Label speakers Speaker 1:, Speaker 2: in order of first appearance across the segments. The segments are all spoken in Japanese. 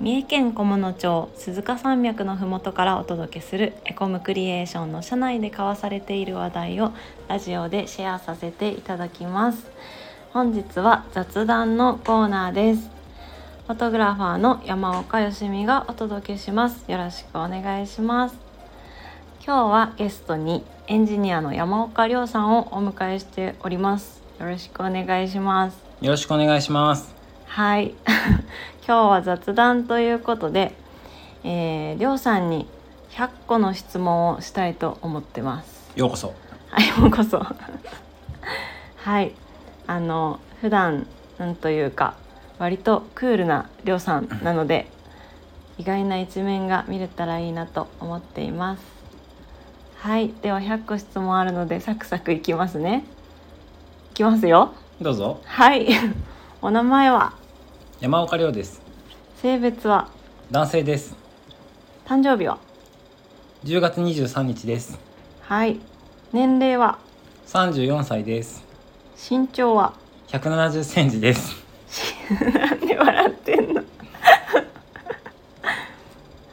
Speaker 1: 三重県菰野町鈴鹿山脈のふもとからお届けするエコムクリエーションの社内で交わされている話題をラジオでシェアさせていただきます本日は雑談のコーナーですフォトグラファーの山岡よしみがお届けしますよろしくお願いします今日はゲストにエンジニアの山岡亮さんをお迎えしておりますよろしくお願いします
Speaker 2: よろしくお願いします。
Speaker 1: はい 今日は雑談ということで、えー、りょうさんに100個の質問をしたいと思ってます
Speaker 2: ようこそ。
Speaker 1: はいもうこそ はいあの普段なんというか割とクールなりょうさんなので意外な一面が見れたらいいなと思っていますはいでは100個質問あるのでサクサクいきますねいきますよ
Speaker 2: どうぞ。
Speaker 1: はい お名前は
Speaker 2: 山岡亮です。
Speaker 1: 性別は
Speaker 2: 男性です。
Speaker 1: 誕生日は
Speaker 2: 10月23日です。
Speaker 1: はい年齢は
Speaker 2: 34歳です。
Speaker 1: 身長は
Speaker 2: 170センチです。
Speaker 1: なんで笑ってんの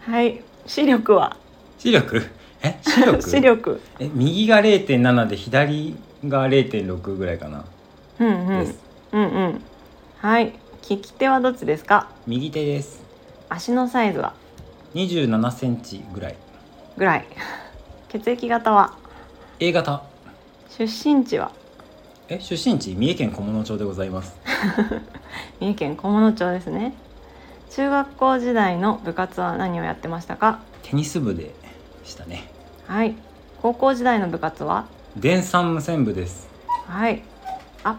Speaker 1: はい視力は
Speaker 2: 視力？え、視 力？
Speaker 1: 視力
Speaker 2: え、右が0.7で左が0.6ぐらいかな。
Speaker 1: うんう
Speaker 2: で
Speaker 1: ん
Speaker 2: す。
Speaker 1: うんうんはい利き手はどっちですか
Speaker 2: 右手です。
Speaker 1: 足のサイズは
Speaker 2: 27センチぐらい。
Speaker 1: ぐらい血液型は
Speaker 2: A 型。
Speaker 1: 出身地は
Speaker 2: え、出身地三重県菰野町でございます。
Speaker 1: 三重県菰野町ですね中学校時代の部活は何をやってましたか
Speaker 2: テニス部でしたね。
Speaker 1: はい高校時代の部活は
Speaker 2: 電産無線部です。
Speaker 1: はい。あ、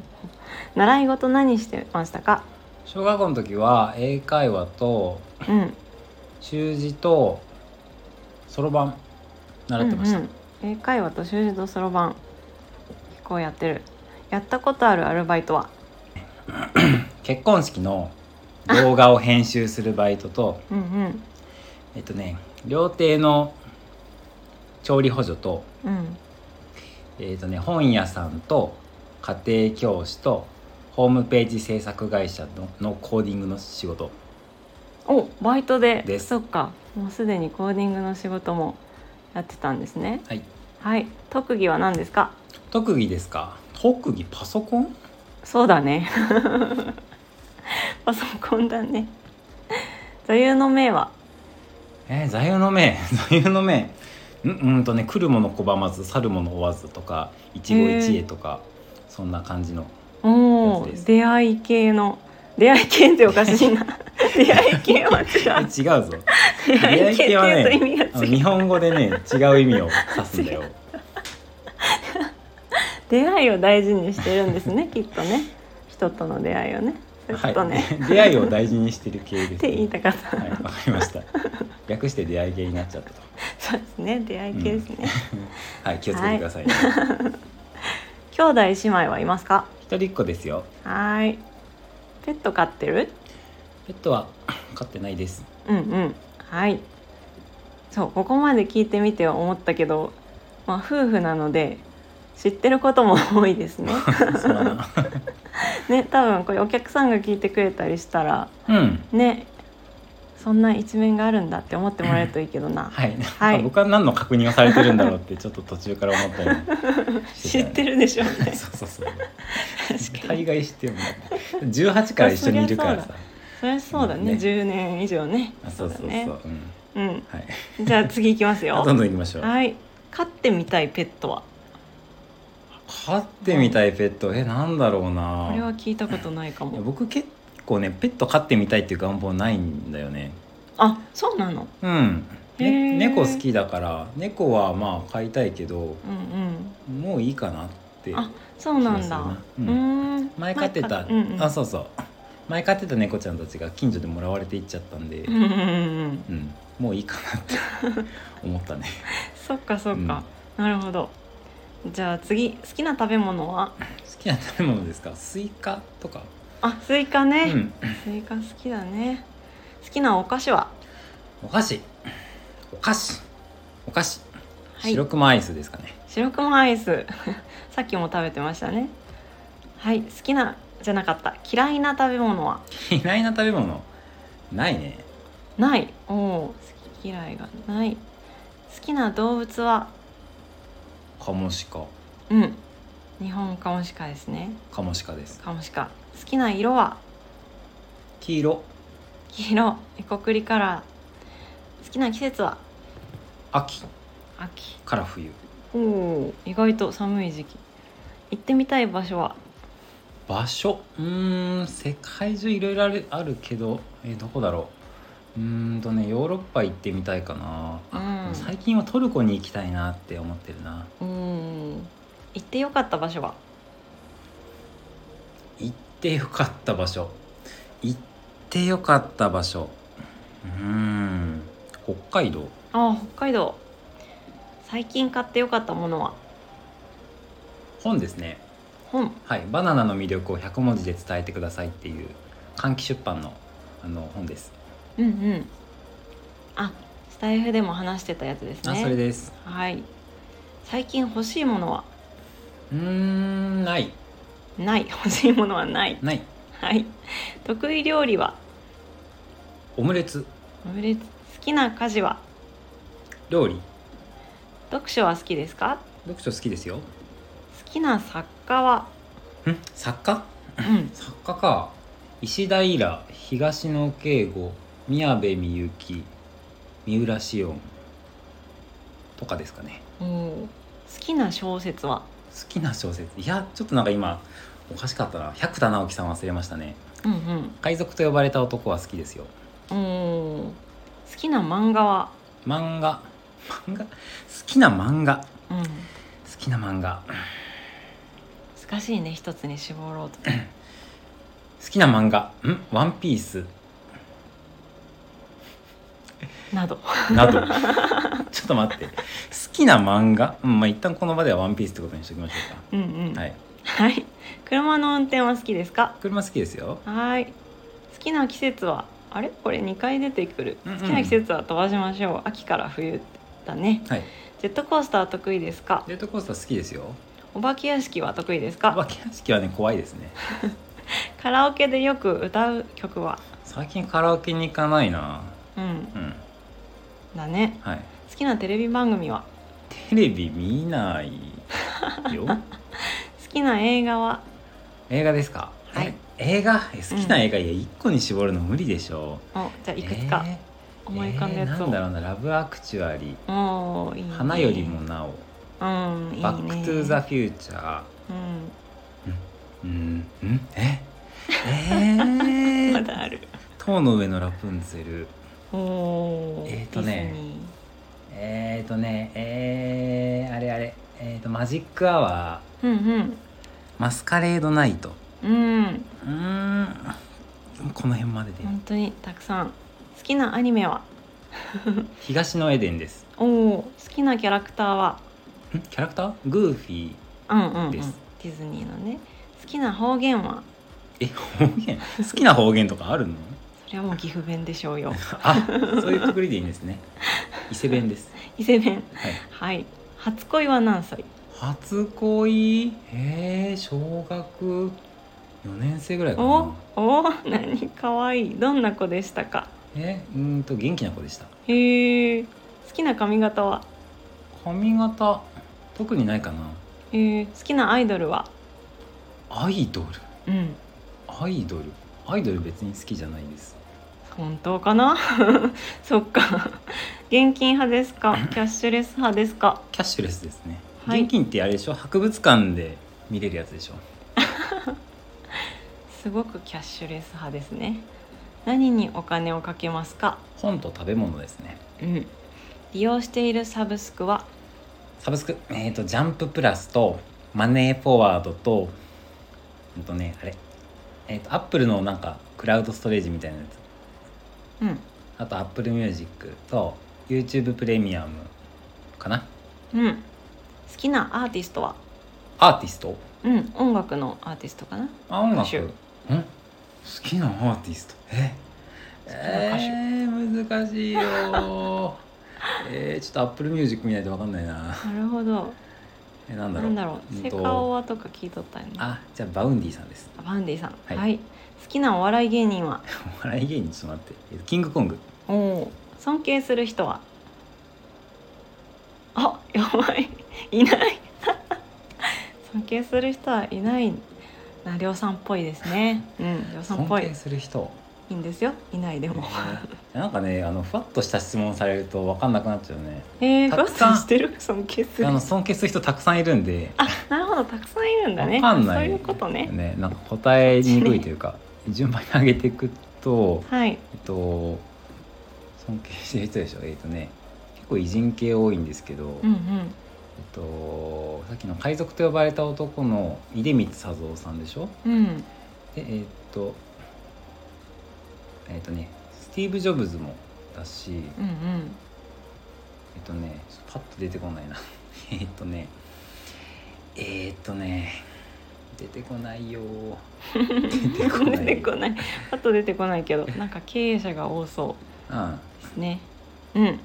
Speaker 1: 習い事何してましたか。
Speaker 2: 小学校の時は英会話と
Speaker 1: うん。
Speaker 2: 習字とそろばん習ってました、
Speaker 1: うんうん英会話と習字とそろばん。結構やってる。やったことあるアルバイトは。
Speaker 2: 結婚式の動画を編集するバイトと
Speaker 1: うんうん。
Speaker 2: えっとね料亭の調理補助と
Speaker 1: うん。
Speaker 2: えっとね本屋さんと家庭教師とホームページ制作会社ののコーディングの仕事
Speaker 1: お、バイトで。
Speaker 2: です
Speaker 1: そっか。もうすでにコーディングの仕事も。やってたんですね。
Speaker 2: はい
Speaker 1: はい。特技は何ですか。
Speaker 2: 特技ですか特技パソコン
Speaker 1: そうだね。 パソコンだね。座右の銘は。
Speaker 2: えー、座右の銘 座右の銘うんうんとね「来る者拒まず去る者追わず」とか「一期一会」とかそんな感じの
Speaker 1: おお
Speaker 2: やつです
Speaker 1: 出会い系の出会い系っておかしい な出会い系は違 う
Speaker 2: え違うぞ
Speaker 1: 出会い系
Speaker 2: は
Speaker 1: 系と意味
Speaker 2: ねあ
Speaker 1: が
Speaker 2: の
Speaker 1: 違う
Speaker 2: 日本語でね違う意味を指すんだよ
Speaker 1: 出会いを大事にしてるんですねきっとね人との出会いをねそういうことね、
Speaker 2: はい、出会いを大事にしてる系
Speaker 1: っ
Speaker 2: です、
Speaker 1: て言い
Speaker 2: ね、
Speaker 1: たかった、
Speaker 2: はいわかりました略して出会い系になっちゃったと
Speaker 1: そうですね出会い系ですね、
Speaker 2: はい気をつけてくださいね、
Speaker 1: 兄弟姉妹はいますか
Speaker 2: 一人っ子ですよ
Speaker 1: はーいペット飼ってる
Speaker 2: ペットは飼ってな いです
Speaker 1: うんうんはいそうここまで聞いてみて思ったけどまあ夫婦なので知ってることも多いですね
Speaker 2: そうだな
Speaker 1: ね多分これお客さんが聞いてくれたりしたら
Speaker 2: うん
Speaker 1: ねそんな一面があるんだって思ってもらえるといいけどな
Speaker 2: はい、
Speaker 1: はい
Speaker 2: 僕は何の確認をされてるんだろうってちょっと途中から思ったり
Speaker 1: 知
Speaker 2: してたよね
Speaker 1: ってるでし ょうね
Speaker 2: そうそうそう
Speaker 1: 確か
Speaker 2: 大
Speaker 1: に
Speaker 2: 概知ってるもんね18から一緒にいるからさ
Speaker 1: そりゃそうだね
Speaker 2: ね
Speaker 1: 10年以上ね
Speaker 2: あそうそうそ
Speaker 1: だ
Speaker 2: う
Speaker 1: ね
Speaker 2: うん
Speaker 1: うん
Speaker 2: はい
Speaker 1: じゃあ次いきます
Speaker 2: あどん
Speaker 1: よ
Speaker 2: どん行きましょう
Speaker 1: はい飼ってみたいペットは
Speaker 2: 飼ってみたいペットえなんだろう
Speaker 1: こ
Speaker 2: な
Speaker 1: れは聞いたことないか
Speaker 2: いや
Speaker 1: も
Speaker 2: 僕結構ねペット飼ってみたいっていう願望ないんだよね
Speaker 1: あそうなの
Speaker 2: うん、
Speaker 1: へー
Speaker 2: ね、猫好きだから猫はまあ飼いたいけど
Speaker 1: うんうん
Speaker 2: もういいかなって
Speaker 1: あそうなんだ
Speaker 2: 気が
Speaker 1: う
Speaker 2: するなうん
Speaker 1: ーん
Speaker 2: 前飼ってた、
Speaker 1: うんうん
Speaker 2: あそうそう前飼ってた猫ちゃんたちが近所でもらわれていっちゃったんで、
Speaker 1: うんうんうんうん
Speaker 2: うん、もういいかなって 思ったね
Speaker 1: そっかそっ
Speaker 2: うん
Speaker 1: かなるほどじゃあ次好きな食べ物は
Speaker 2: 好きな食べ物ですかスイカとか、
Speaker 1: あスイカ
Speaker 2: う
Speaker 1: ね、
Speaker 2: ん、
Speaker 1: スイカ好きだね好きなお菓子は
Speaker 2: お菓子お菓子お菓子、
Speaker 1: はい
Speaker 2: 白熊アイスですかね
Speaker 1: 白熊アイス さっきも食べてましたねはい好きなじゃなかった嫌いな食べ物は
Speaker 2: 嫌いな食べ物ないね
Speaker 1: ないおお好き嫌いがない好きな動物は
Speaker 2: カモシカ
Speaker 1: うん日本カモシカですね
Speaker 2: カモシカです
Speaker 1: カモシカ好きな色は
Speaker 2: 黄色
Speaker 1: 黄色エコクリカラー好きな季節は
Speaker 2: 秋
Speaker 1: 秋
Speaker 2: から冬
Speaker 1: おお意外と寒い時期行ってみたい場所は
Speaker 2: 場所うーん世界中いろいろあるあるけどえーどこだろううーんとねヨーロッパ行ってみたいかな、
Speaker 1: うん
Speaker 2: 最近はトルコに行きたいなって思ってるな
Speaker 1: うん行ってよかった場所は
Speaker 2: 行ってよかった場所行ってよかった場所うーん北海道
Speaker 1: あー北海道最近買ってよかったものは
Speaker 2: 本ですね
Speaker 1: 本
Speaker 2: はい「バナナの魅力を100文字で伝えてください」っていう換気出版のあの本です、
Speaker 1: うんうんあスタイフでも話してたやつです
Speaker 2: あ
Speaker 1: ね
Speaker 2: それです
Speaker 1: はい最近欲しいものは
Speaker 2: うーんない
Speaker 1: ない 欲しいものはない
Speaker 2: ない
Speaker 1: はい得意料理は
Speaker 2: オムレツ
Speaker 1: オムレツ好きな家事は
Speaker 2: 料理
Speaker 1: 読書は好きですか
Speaker 2: 読書好きですよ
Speaker 1: 好きな作家 は
Speaker 2: ん作家
Speaker 1: うん
Speaker 2: 作家か石平東野圭吾宮部みゆき三浦紫音とかですかね
Speaker 1: おー好きな小説は
Speaker 2: 好きな小説いやちょっとなんか今おかしかったな百田直樹さん忘れましたね
Speaker 1: うん
Speaker 2: 海賊と呼ばれた男は好きですよ
Speaker 1: うんおー好きな漫画は
Speaker 2: 漫画漫画好きな漫画
Speaker 1: うん
Speaker 2: 好きな漫画
Speaker 1: 難しいね一つに絞ろうと
Speaker 2: 好きな漫画んワンピース
Speaker 1: など
Speaker 2: など ちょっと待って好きな漫画うんまあ一旦この場ではワンピースってことにしておきましょ
Speaker 1: うんうん
Speaker 2: うかはい
Speaker 1: はい車の運転は好きですか
Speaker 2: 車好きですよ
Speaker 1: はい好きな季節はあれこれ2回出てくる
Speaker 2: うんう
Speaker 1: 好
Speaker 2: ん
Speaker 1: きな季節は飛ばしましょう、秋から冬だね
Speaker 2: はい
Speaker 1: ジェットコースターは得意ですか
Speaker 2: ジェットコースター好きですよ。
Speaker 1: お化け屋敷は得意です
Speaker 2: お
Speaker 1: か
Speaker 2: 化け屋敷はね怖いですね。
Speaker 1: カラオケでよく歌う曲は
Speaker 2: 最近カラオケに行かないな。
Speaker 1: うん
Speaker 2: うん
Speaker 1: だね
Speaker 2: はい。
Speaker 1: 好きなテレビ番組は
Speaker 2: テレビ見ないよ。
Speaker 1: 好きな映画は
Speaker 2: 映画ですか。
Speaker 1: はい
Speaker 2: え。映画え好きな映画、いや一個に絞るの無理でしょ
Speaker 1: おじゃあ
Speaker 2: う。
Speaker 1: いくつか
Speaker 2: えー
Speaker 1: 思い浮かんだ
Speaker 2: えー
Speaker 1: やつ
Speaker 2: な
Speaker 1: を、
Speaker 2: んだろうなラブアクチュアリ
Speaker 1: おーいい、ね、
Speaker 2: ー花よりもなお、
Speaker 1: うんいいね
Speaker 2: バックトゥザフューチャー。
Speaker 1: うん
Speaker 2: うんうんええー、
Speaker 1: まだある
Speaker 2: 塔の上のラプンツェル。
Speaker 1: おー
Speaker 2: えーと
Speaker 1: デ
Speaker 2: ね
Speaker 1: ィズニー
Speaker 2: えーとね、えー、あれあれ、えーと、マジックアワ
Speaker 1: うん
Speaker 2: ー、マスカレードナイト。
Speaker 1: うんうん
Speaker 2: うーん、この辺までで。
Speaker 1: 本当にたくさん好きなアニメは
Speaker 2: 東のエデンです。
Speaker 1: おお好きなキャラクターは
Speaker 2: んキャラクターグーフィー。
Speaker 1: うんうん、うん、デ
Speaker 2: です
Speaker 1: ィズニーのね好きな方言は
Speaker 2: え、方 言好きな方言とかあるの
Speaker 1: それはもう岐阜弁でしょう よ
Speaker 2: あ、そういうくくりでいいんですね。伊勢弁です。
Speaker 1: 伊勢弁
Speaker 2: はい。
Speaker 1: はい初恋は何歳
Speaker 2: 初恋、えー、小学4年生ぐらいか
Speaker 1: お
Speaker 2: な。
Speaker 1: お何可愛いどんな子でしたか
Speaker 2: え、うーんと、元気な子でした。
Speaker 1: へえ好きな髪型は
Speaker 2: 髪型、特にないかな。
Speaker 1: へー好きなアイドルは
Speaker 2: アイドル。
Speaker 1: うん
Speaker 2: アイドルアイドル別に好きじゃないです
Speaker 1: 本当かな そっか現金派ですかキャッシュレス派ですか
Speaker 2: キャッシュレスですね、
Speaker 1: はい
Speaker 2: 現金ってあれでしょ博物館で見れるやつでしょ
Speaker 1: すごくキャッシュレス派ですね何にお金をかけますか
Speaker 2: 本と食べ物ですね
Speaker 1: うん利用しているサブスクは
Speaker 2: サブスクえっ、ー、とジャンププラスとマネーフォワードとうんとねあれえっ、とアップルのなんかクラウドストレージみたいなやつ
Speaker 1: うん
Speaker 2: あとアップルミュージックと YouTube プレミアムかな
Speaker 1: うん好きなアーティストは
Speaker 2: アーティスト
Speaker 1: うん音楽のアーティストかな
Speaker 2: あ音
Speaker 1: 歌手
Speaker 2: 楽ん好きなアーティストえ
Speaker 1: 好き
Speaker 2: えー、難しいよ ーえー、ちょっとアップルミュージック見ないと分かんないな
Speaker 1: なるほど
Speaker 2: ええなんだ
Speaker 1: な
Speaker 2: ろうん
Speaker 1: だろう
Speaker 2: うん
Speaker 1: セ
Speaker 2: と
Speaker 1: カオワとか聞いとったよね
Speaker 2: あじゃあバウンディさんです
Speaker 1: バンディさんは、
Speaker 2: はいい
Speaker 1: 好きなお笑い芸人は
Speaker 2: お笑い芸人ちょっと待ってえっとキングコング
Speaker 1: おお尊敬する人はあやばい いない尊敬する人はいないなりょうさんっぽいですねうんりょうさんっ
Speaker 2: 尊
Speaker 1: ぽい
Speaker 2: 敬する人
Speaker 1: いいんですよいないでも
Speaker 2: えーなんかねあのふわっとした質問されると分かんなくなっちゃうね
Speaker 1: えー、
Speaker 2: た
Speaker 1: ふわ
Speaker 2: く
Speaker 1: っと
Speaker 2: さん
Speaker 1: してる尊敬する
Speaker 2: あの尊敬する人たくさんいるんで
Speaker 1: あなるほどたくさんいるんだね
Speaker 2: 分かんない
Speaker 1: そういうことね
Speaker 2: ねなんか答えにくいというか 順番に上げていくと
Speaker 1: はい
Speaker 2: えっと尊敬してる人でしょえっとね結構偉人系多いんですけど、
Speaker 1: うんう
Speaker 2: えっ
Speaker 1: ん
Speaker 2: とさっきの海賊と呼ばれた男の出光佐三さんでしょ
Speaker 1: うん
Speaker 2: でえっとえっとねスティーブ・ジョブズもだし、
Speaker 1: うんうん
Speaker 2: えっとね、ちょっとパッと出てこないな。 えっとね、えーっとね、出てこないよ。 出てこな
Speaker 1: 出
Speaker 2: い。
Speaker 1: てこないあと出てこないけ どなんか経営者が多そ
Speaker 2: うん、いう
Speaker 1: ですねうん
Speaker 2: ますね。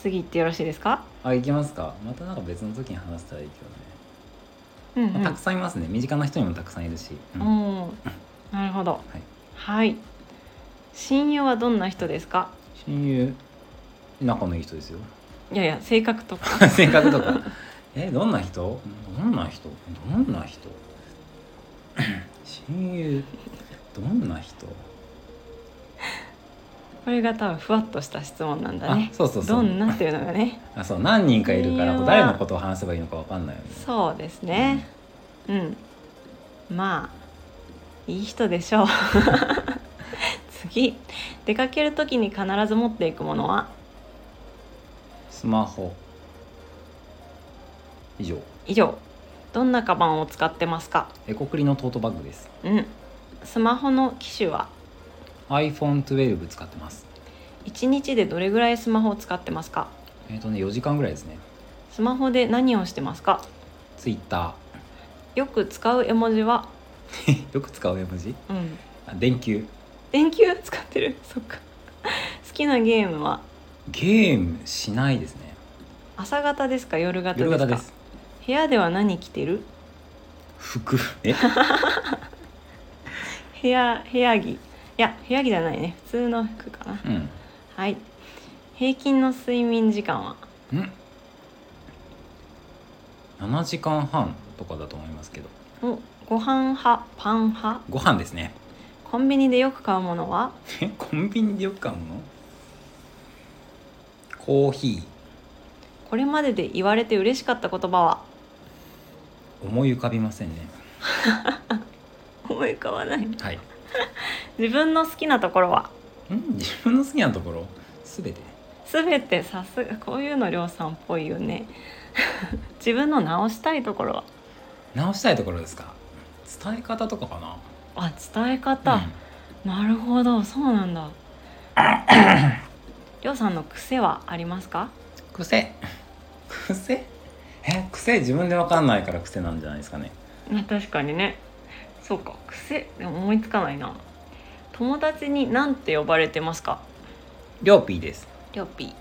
Speaker 1: 次行ってよろしいですか
Speaker 2: あ、行きますか。またなんか別の時に話したらいいけどね。
Speaker 1: うんう
Speaker 2: まあた
Speaker 1: ん
Speaker 2: くさんいますね。身近な人にもたくさんいるし。うん、
Speaker 1: おーなるほどはい親友はどんな人ですか
Speaker 2: 親友、仲のいい人ですよ。
Speaker 1: いやいや性格とか
Speaker 2: 性格とか。え、どんな人どんな人どんな 人親友、どんな人
Speaker 1: これが多分ふわっとした質問なんだね
Speaker 2: あそうそうそう
Speaker 1: どんなっていうのがね
Speaker 2: あそう何人かいるか
Speaker 1: 理由
Speaker 2: ら
Speaker 1: は
Speaker 2: 誰のことを話せばいいのか分かんないよね
Speaker 1: そうですねうんまあいい人でしょう 次出かける時に必ず持っていくものは
Speaker 2: スマホ以上
Speaker 1: 以上どんなカバンを使ってますか
Speaker 2: エコクリのトートバッグです
Speaker 1: うんスマホの機種は
Speaker 2: iPhone12 使ってます
Speaker 1: 1日でどれぐらいスマホを使ってますか
Speaker 2: えっ、とね4時間ぐらいですね
Speaker 1: スマホで何をしてますか
Speaker 2: Twitter
Speaker 1: よく使う絵文字は、
Speaker 2: よく使う絵文字
Speaker 1: うん、
Speaker 2: あ電球
Speaker 1: 電球使ってる そっか好きなゲームは
Speaker 2: ゲームしないですね
Speaker 1: 朝方ですか夜型です
Speaker 2: 夜
Speaker 1: か
Speaker 2: 型です
Speaker 1: 部屋では何着てる
Speaker 2: 服え
Speaker 1: 部屋部屋着いや部屋着じゃないね普通の服かな
Speaker 2: うん
Speaker 1: はい平均の睡眠時間は
Speaker 2: うん7時間半とかだと思いますけど
Speaker 1: おご飯派パン派
Speaker 2: ご飯ですね
Speaker 1: コンビニでよく買うものは
Speaker 2: えコンビニでよく買うものコーヒー
Speaker 1: これまでで言われて嬉しかった言葉は
Speaker 2: 思い浮かびませんね
Speaker 1: 思い浮かばない
Speaker 2: はい
Speaker 1: 自分の好きなところは
Speaker 2: ん自分の好きなところすべて
Speaker 1: 全てさすがこういうのりょうさんっぽいよね 自分の直したいところは
Speaker 2: 直したいところですか伝え方とかかな
Speaker 1: あ伝え方、なるほどそうなんだ りょうさんの癖はありますか
Speaker 2: うん癖癖え癖自分でわかんないから癖なんじゃないですかね
Speaker 1: まあ確かにねそうか癖でも思いつかないな友達に何て呼ばれてますか
Speaker 2: りょうぴーです
Speaker 1: りょうぴー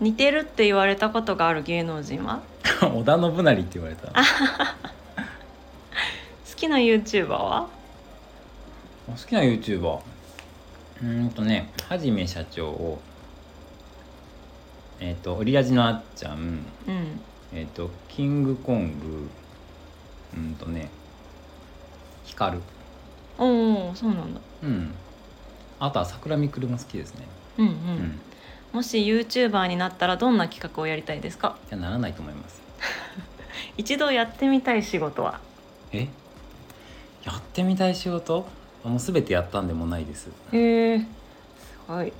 Speaker 1: 似てるって言われたことがある芸能人は
Speaker 2: 織田信成って言われたあ
Speaker 1: 好きな YouTuber は
Speaker 2: 好きな YouTuber うーんとねはじめ社長をえっ、とオリラジのあっちゃん
Speaker 1: うん
Speaker 2: えっ、とキングコングうーんとねヒカル
Speaker 1: おおそうなんだ
Speaker 2: うんあとは桜見くるも好きですね
Speaker 1: うんうん、
Speaker 2: うん
Speaker 1: もし YouTuber になったらどんな企画をやりたいですか
Speaker 2: いやならないと思います
Speaker 1: 一度やってみたい仕事は
Speaker 2: えやってみたい仕事あもう全てやったんでもないです
Speaker 1: へえすごい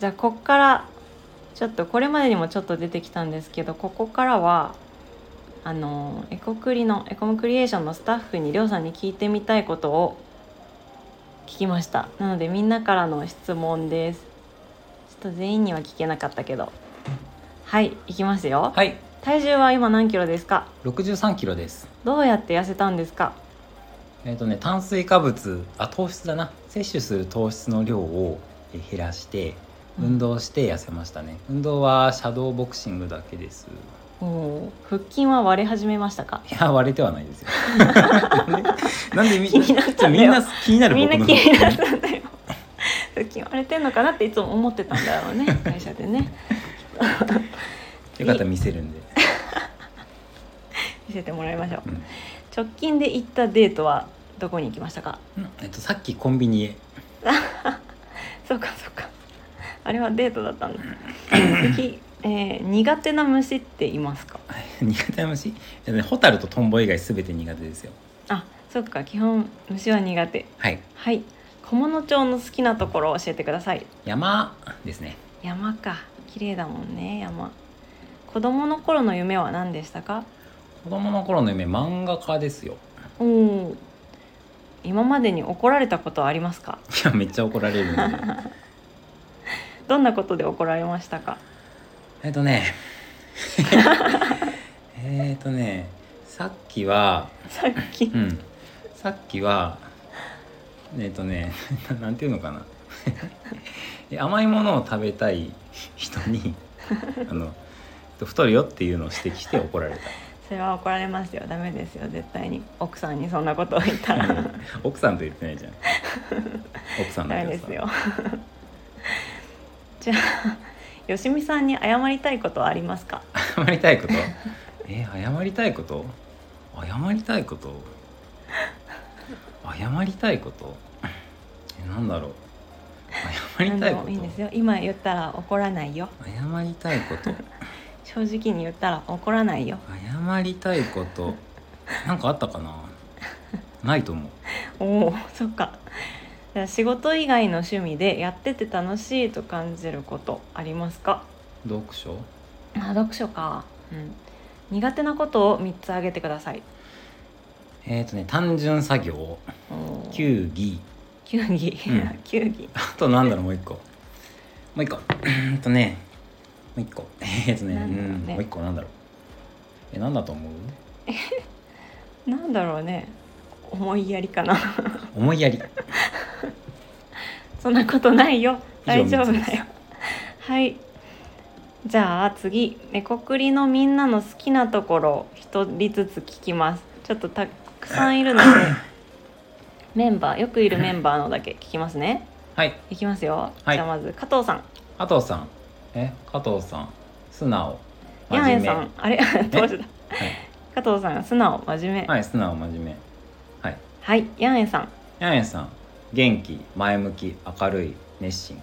Speaker 1: じゃあこっからちょっとこれまでにもちょっと出てきたんですけどここからはあのエコクリのエコムクリエーションのスタッフにりょうさんに聞いてみたいことを聞きましたなのでみんなからの質問ですちょっと全員には聞けなかったけどはいいきますよ、
Speaker 2: はい
Speaker 1: 体重は今何キロですか
Speaker 2: 6 3キロです
Speaker 1: どうやって痩せたんですか
Speaker 2: えっ、とね炭水化物あ糖質だな摂取する糖質の量をえ減らして運動して痩せましたね、運動はシャドーボクシングだけです
Speaker 1: おー腹筋は割れ始めましたか
Speaker 2: いや割れてはないで すよなんでみ
Speaker 1: 気になったんだよ
Speaker 2: みんな気になる
Speaker 1: みんな
Speaker 2: 僕の
Speaker 1: 気になったんだよ腹筋割れてんのかなっていつも思ってたんだ ろうね会社でね
Speaker 2: よかったら見せるんで、
Speaker 1: 見せてもらいましょう
Speaker 2: うん
Speaker 1: 直近で行ったデートはどこに行きましたか
Speaker 2: うんえっと、さっきコンビニへ
Speaker 1: そうかそうかあれはデートだったんだ次、えー苦手な虫っていますか
Speaker 2: 苦手な虫いやねホタルとトンボ以外全て苦手ですよ
Speaker 1: あそっか基本虫は苦手
Speaker 2: はい
Speaker 1: はい菰野町の好きなところを教えてください
Speaker 2: 山ですね
Speaker 1: 山か綺麗だもんね山子供の頃の夢は何でしたか
Speaker 2: 子供の頃の夢漫画家ですよ
Speaker 1: おお今までに怒られたことはありますか
Speaker 2: いやめっちゃ怒られるんで
Speaker 1: どんなことで怒られましたか
Speaker 2: えっとね えっとねさっきは
Speaker 1: さっき
Speaker 2: うんさっきはえっとね なんていうのかな え甘いものを食べたい人に あの太るよっていうのを指摘して怒られ
Speaker 1: それは怒られますよダメですよ絶対に奥さんにそんなことを言った
Speaker 2: た
Speaker 1: ら
Speaker 2: 奥さんと言ってないじゃん奥さんだ
Speaker 1: ダ
Speaker 2: け
Speaker 1: メ
Speaker 2: ど
Speaker 1: で
Speaker 2: さ
Speaker 1: すよじゃあよしみさんに謝りたいことはありますか
Speaker 2: 謝りたいこと え謝りたいこと謝りたいこと謝りたいことえなんだろう謝り
Speaker 1: 何
Speaker 2: た
Speaker 1: で
Speaker 2: いこ
Speaker 1: も
Speaker 2: と
Speaker 1: いいんですよ今言ったら怒らないよ
Speaker 2: 謝りたいこと
Speaker 1: 正直に言ったら怒らないよ
Speaker 2: 謝りたいことなんかあったかなないと思う
Speaker 1: おおそっかじゃあ仕事以外の趣味でやってて楽しいと感じることありますか
Speaker 2: 読書
Speaker 1: あ読書か、うん、苦手なことを3つ挙げてください
Speaker 2: えっ、とね単純作業
Speaker 1: おー
Speaker 2: 球技
Speaker 1: 球技、
Speaker 2: うん
Speaker 1: 球技
Speaker 2: あとなんだろうもう一個もう一個うーんとねもう一個えっ、とね
Speaker 1: なんだろうね
Speaker 2: うんもう一個なんだろうえなんだと思う
Speaker 1: なんだろうね思いやりかな
Speaker 2: 思いやり
Speaker 1: そんなことないよ
Speaker 2: 以上
Speaker 1: 大丈夫
Speaker 2: 三つ
Speaker 1: だ
Speaker 2: です
Speaker 1: よはいじゃあ次猫くりのみんなの好きなところ一人ずつ聞きますちょっとたくさんいる のでメンバーよくいるメンバーのだけ聞きますね
Speaker 2: はい
Speaker 1: いきますよ、
Speaker 2: はい
Speaker 1: じゃあまず加藤さん
Speaker 2: 加藤さんえ加藤さん素直
Speaker 1: ヤンエさ
Speaker 2: は
Speaker 1: んあれ当時だ加藤さん素直真面目
Speaker 2: い、はい、素直真面目はい
Speaker 1: はい、ヤンエさん
Speaker 2: ヤンエさん元気前向き明るい熱心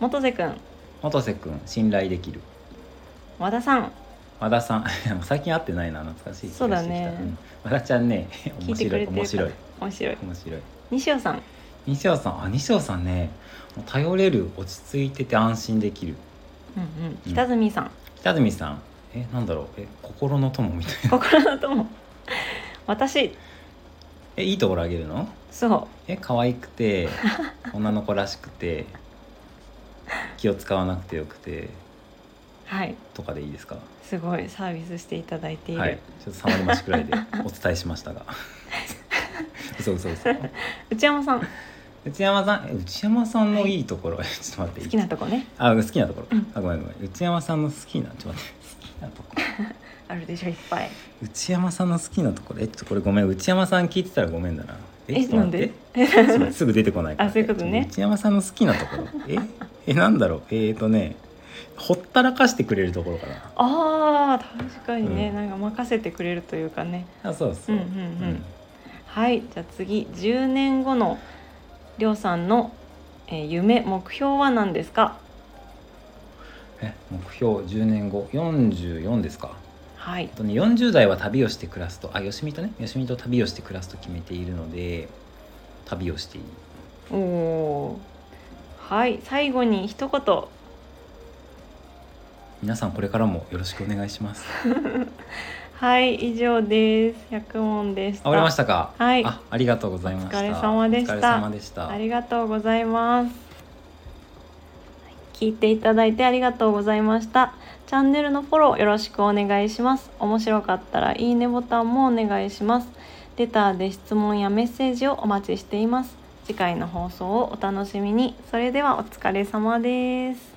Speaker 1: 元瀬くん
Speaker 2: 元瀬くん信頼できる
Speaker 1: 和田さん
Speaker 2: 和田さん 最近会ってないな懐かしい気がしてきた
Speaker 1: そうだね
Speaker 2: ん和田ちゃんね
Speaker 1: 聞い
Speaker 2: 面
Speaker 1: てく
Speaker 2: 白
Speaker 1: れ
Speaker 2: い
Speaker 1: てるかな
Speaker 2: 面白い
Speaker 1: 面白い
Speaker 2: 面白い
Speaker 1: 西尾さん
Speaker 2: 西尾さんあ西尾さんねもう頼れる落ち着いてて安心できる
Speaker 1: うんうん北住 さん、
Speaker 2: 北角さんえなんだろうえ心の友みたいな
Speaker 1: 心の友私
Speaker 2: えいいところあげるの
Speaker 1: そう
Speaker 2: え可愛く て女の子らしくて気を使わなくてよくて
Speaker 1: はい
Speaker 2: とかでいいですか
Speaker 1: すごいサービスしていただいている、
Speaker 2: はいちょっと触りましくらいでお伝えしまし たが嘘嘘嘘
Speaker 1: 内山さん
Speaker 2: 内山さんえ内山さんのいいところ、えちょっと待って
Speaker 1: 好きなとこね
Speaker 2: あ好きなところ、
Speaker 1: うん
Speaker 2: あごめんごめん内山さんの好きなちょっと待って好きなところ
Speaker 1: あるでしょいっぱい
Speaker 2: 内山さんの好きなところえちょっとこれごめん内山さん聞いてたらごめんだな
Speaker 1: え
Speaker 2: ちょっと
Speaker 1: なん
Speaker 2: 待っ
Speaker 1: で
Speaker 2: て ちょっと待ってすぐ出てこないから
Speaker 1: あそういうことね
Speaker 2: 内山さんの好きなところえ えなんだろうえー、とねほったらかしてくれるところかな
Speaker 1: あー確かにね、
Speaker 2: うん
Speaker 1: なんか任せてくれるというかね
Speaker 2: あそう
Speaker 1: う
Speaker 2: そ
Speaker 1: ん
Speaker 2: う、
Speaker 1: うんうん、はいじゃあ次10年後のりょうさんの、えー夢目標は何ですか
Speaker 2: え目標10年後44ですか
Speaker 1: はい
Speaker 2: あとね40代は旅をして暮らすとあよしみとねよしみと旅をして暮らすと決めているので旅をしていい
Speaker 1: おおーはい最後に一言
Speaker 2: 皆さんこれからもよろしくお願いします
Speaker 1: はい以上です100問でした
Speaker 2: あ終わりましたか
Speaker 1: はい
Speaker 2: あありがとうございました
Speaker 1: お疲れ様でした
Speaker 2: お疲れ様でした
Speaker 1: ありがとうございます。聞いていただいてありがとうございました。チャンネルのフォローよろしくお願いします。面白かったらいいねボタンもお願いします。レターで質問やメッセージをお待ちしています。次回の放送をお楽しみに。それではお疲れ様です。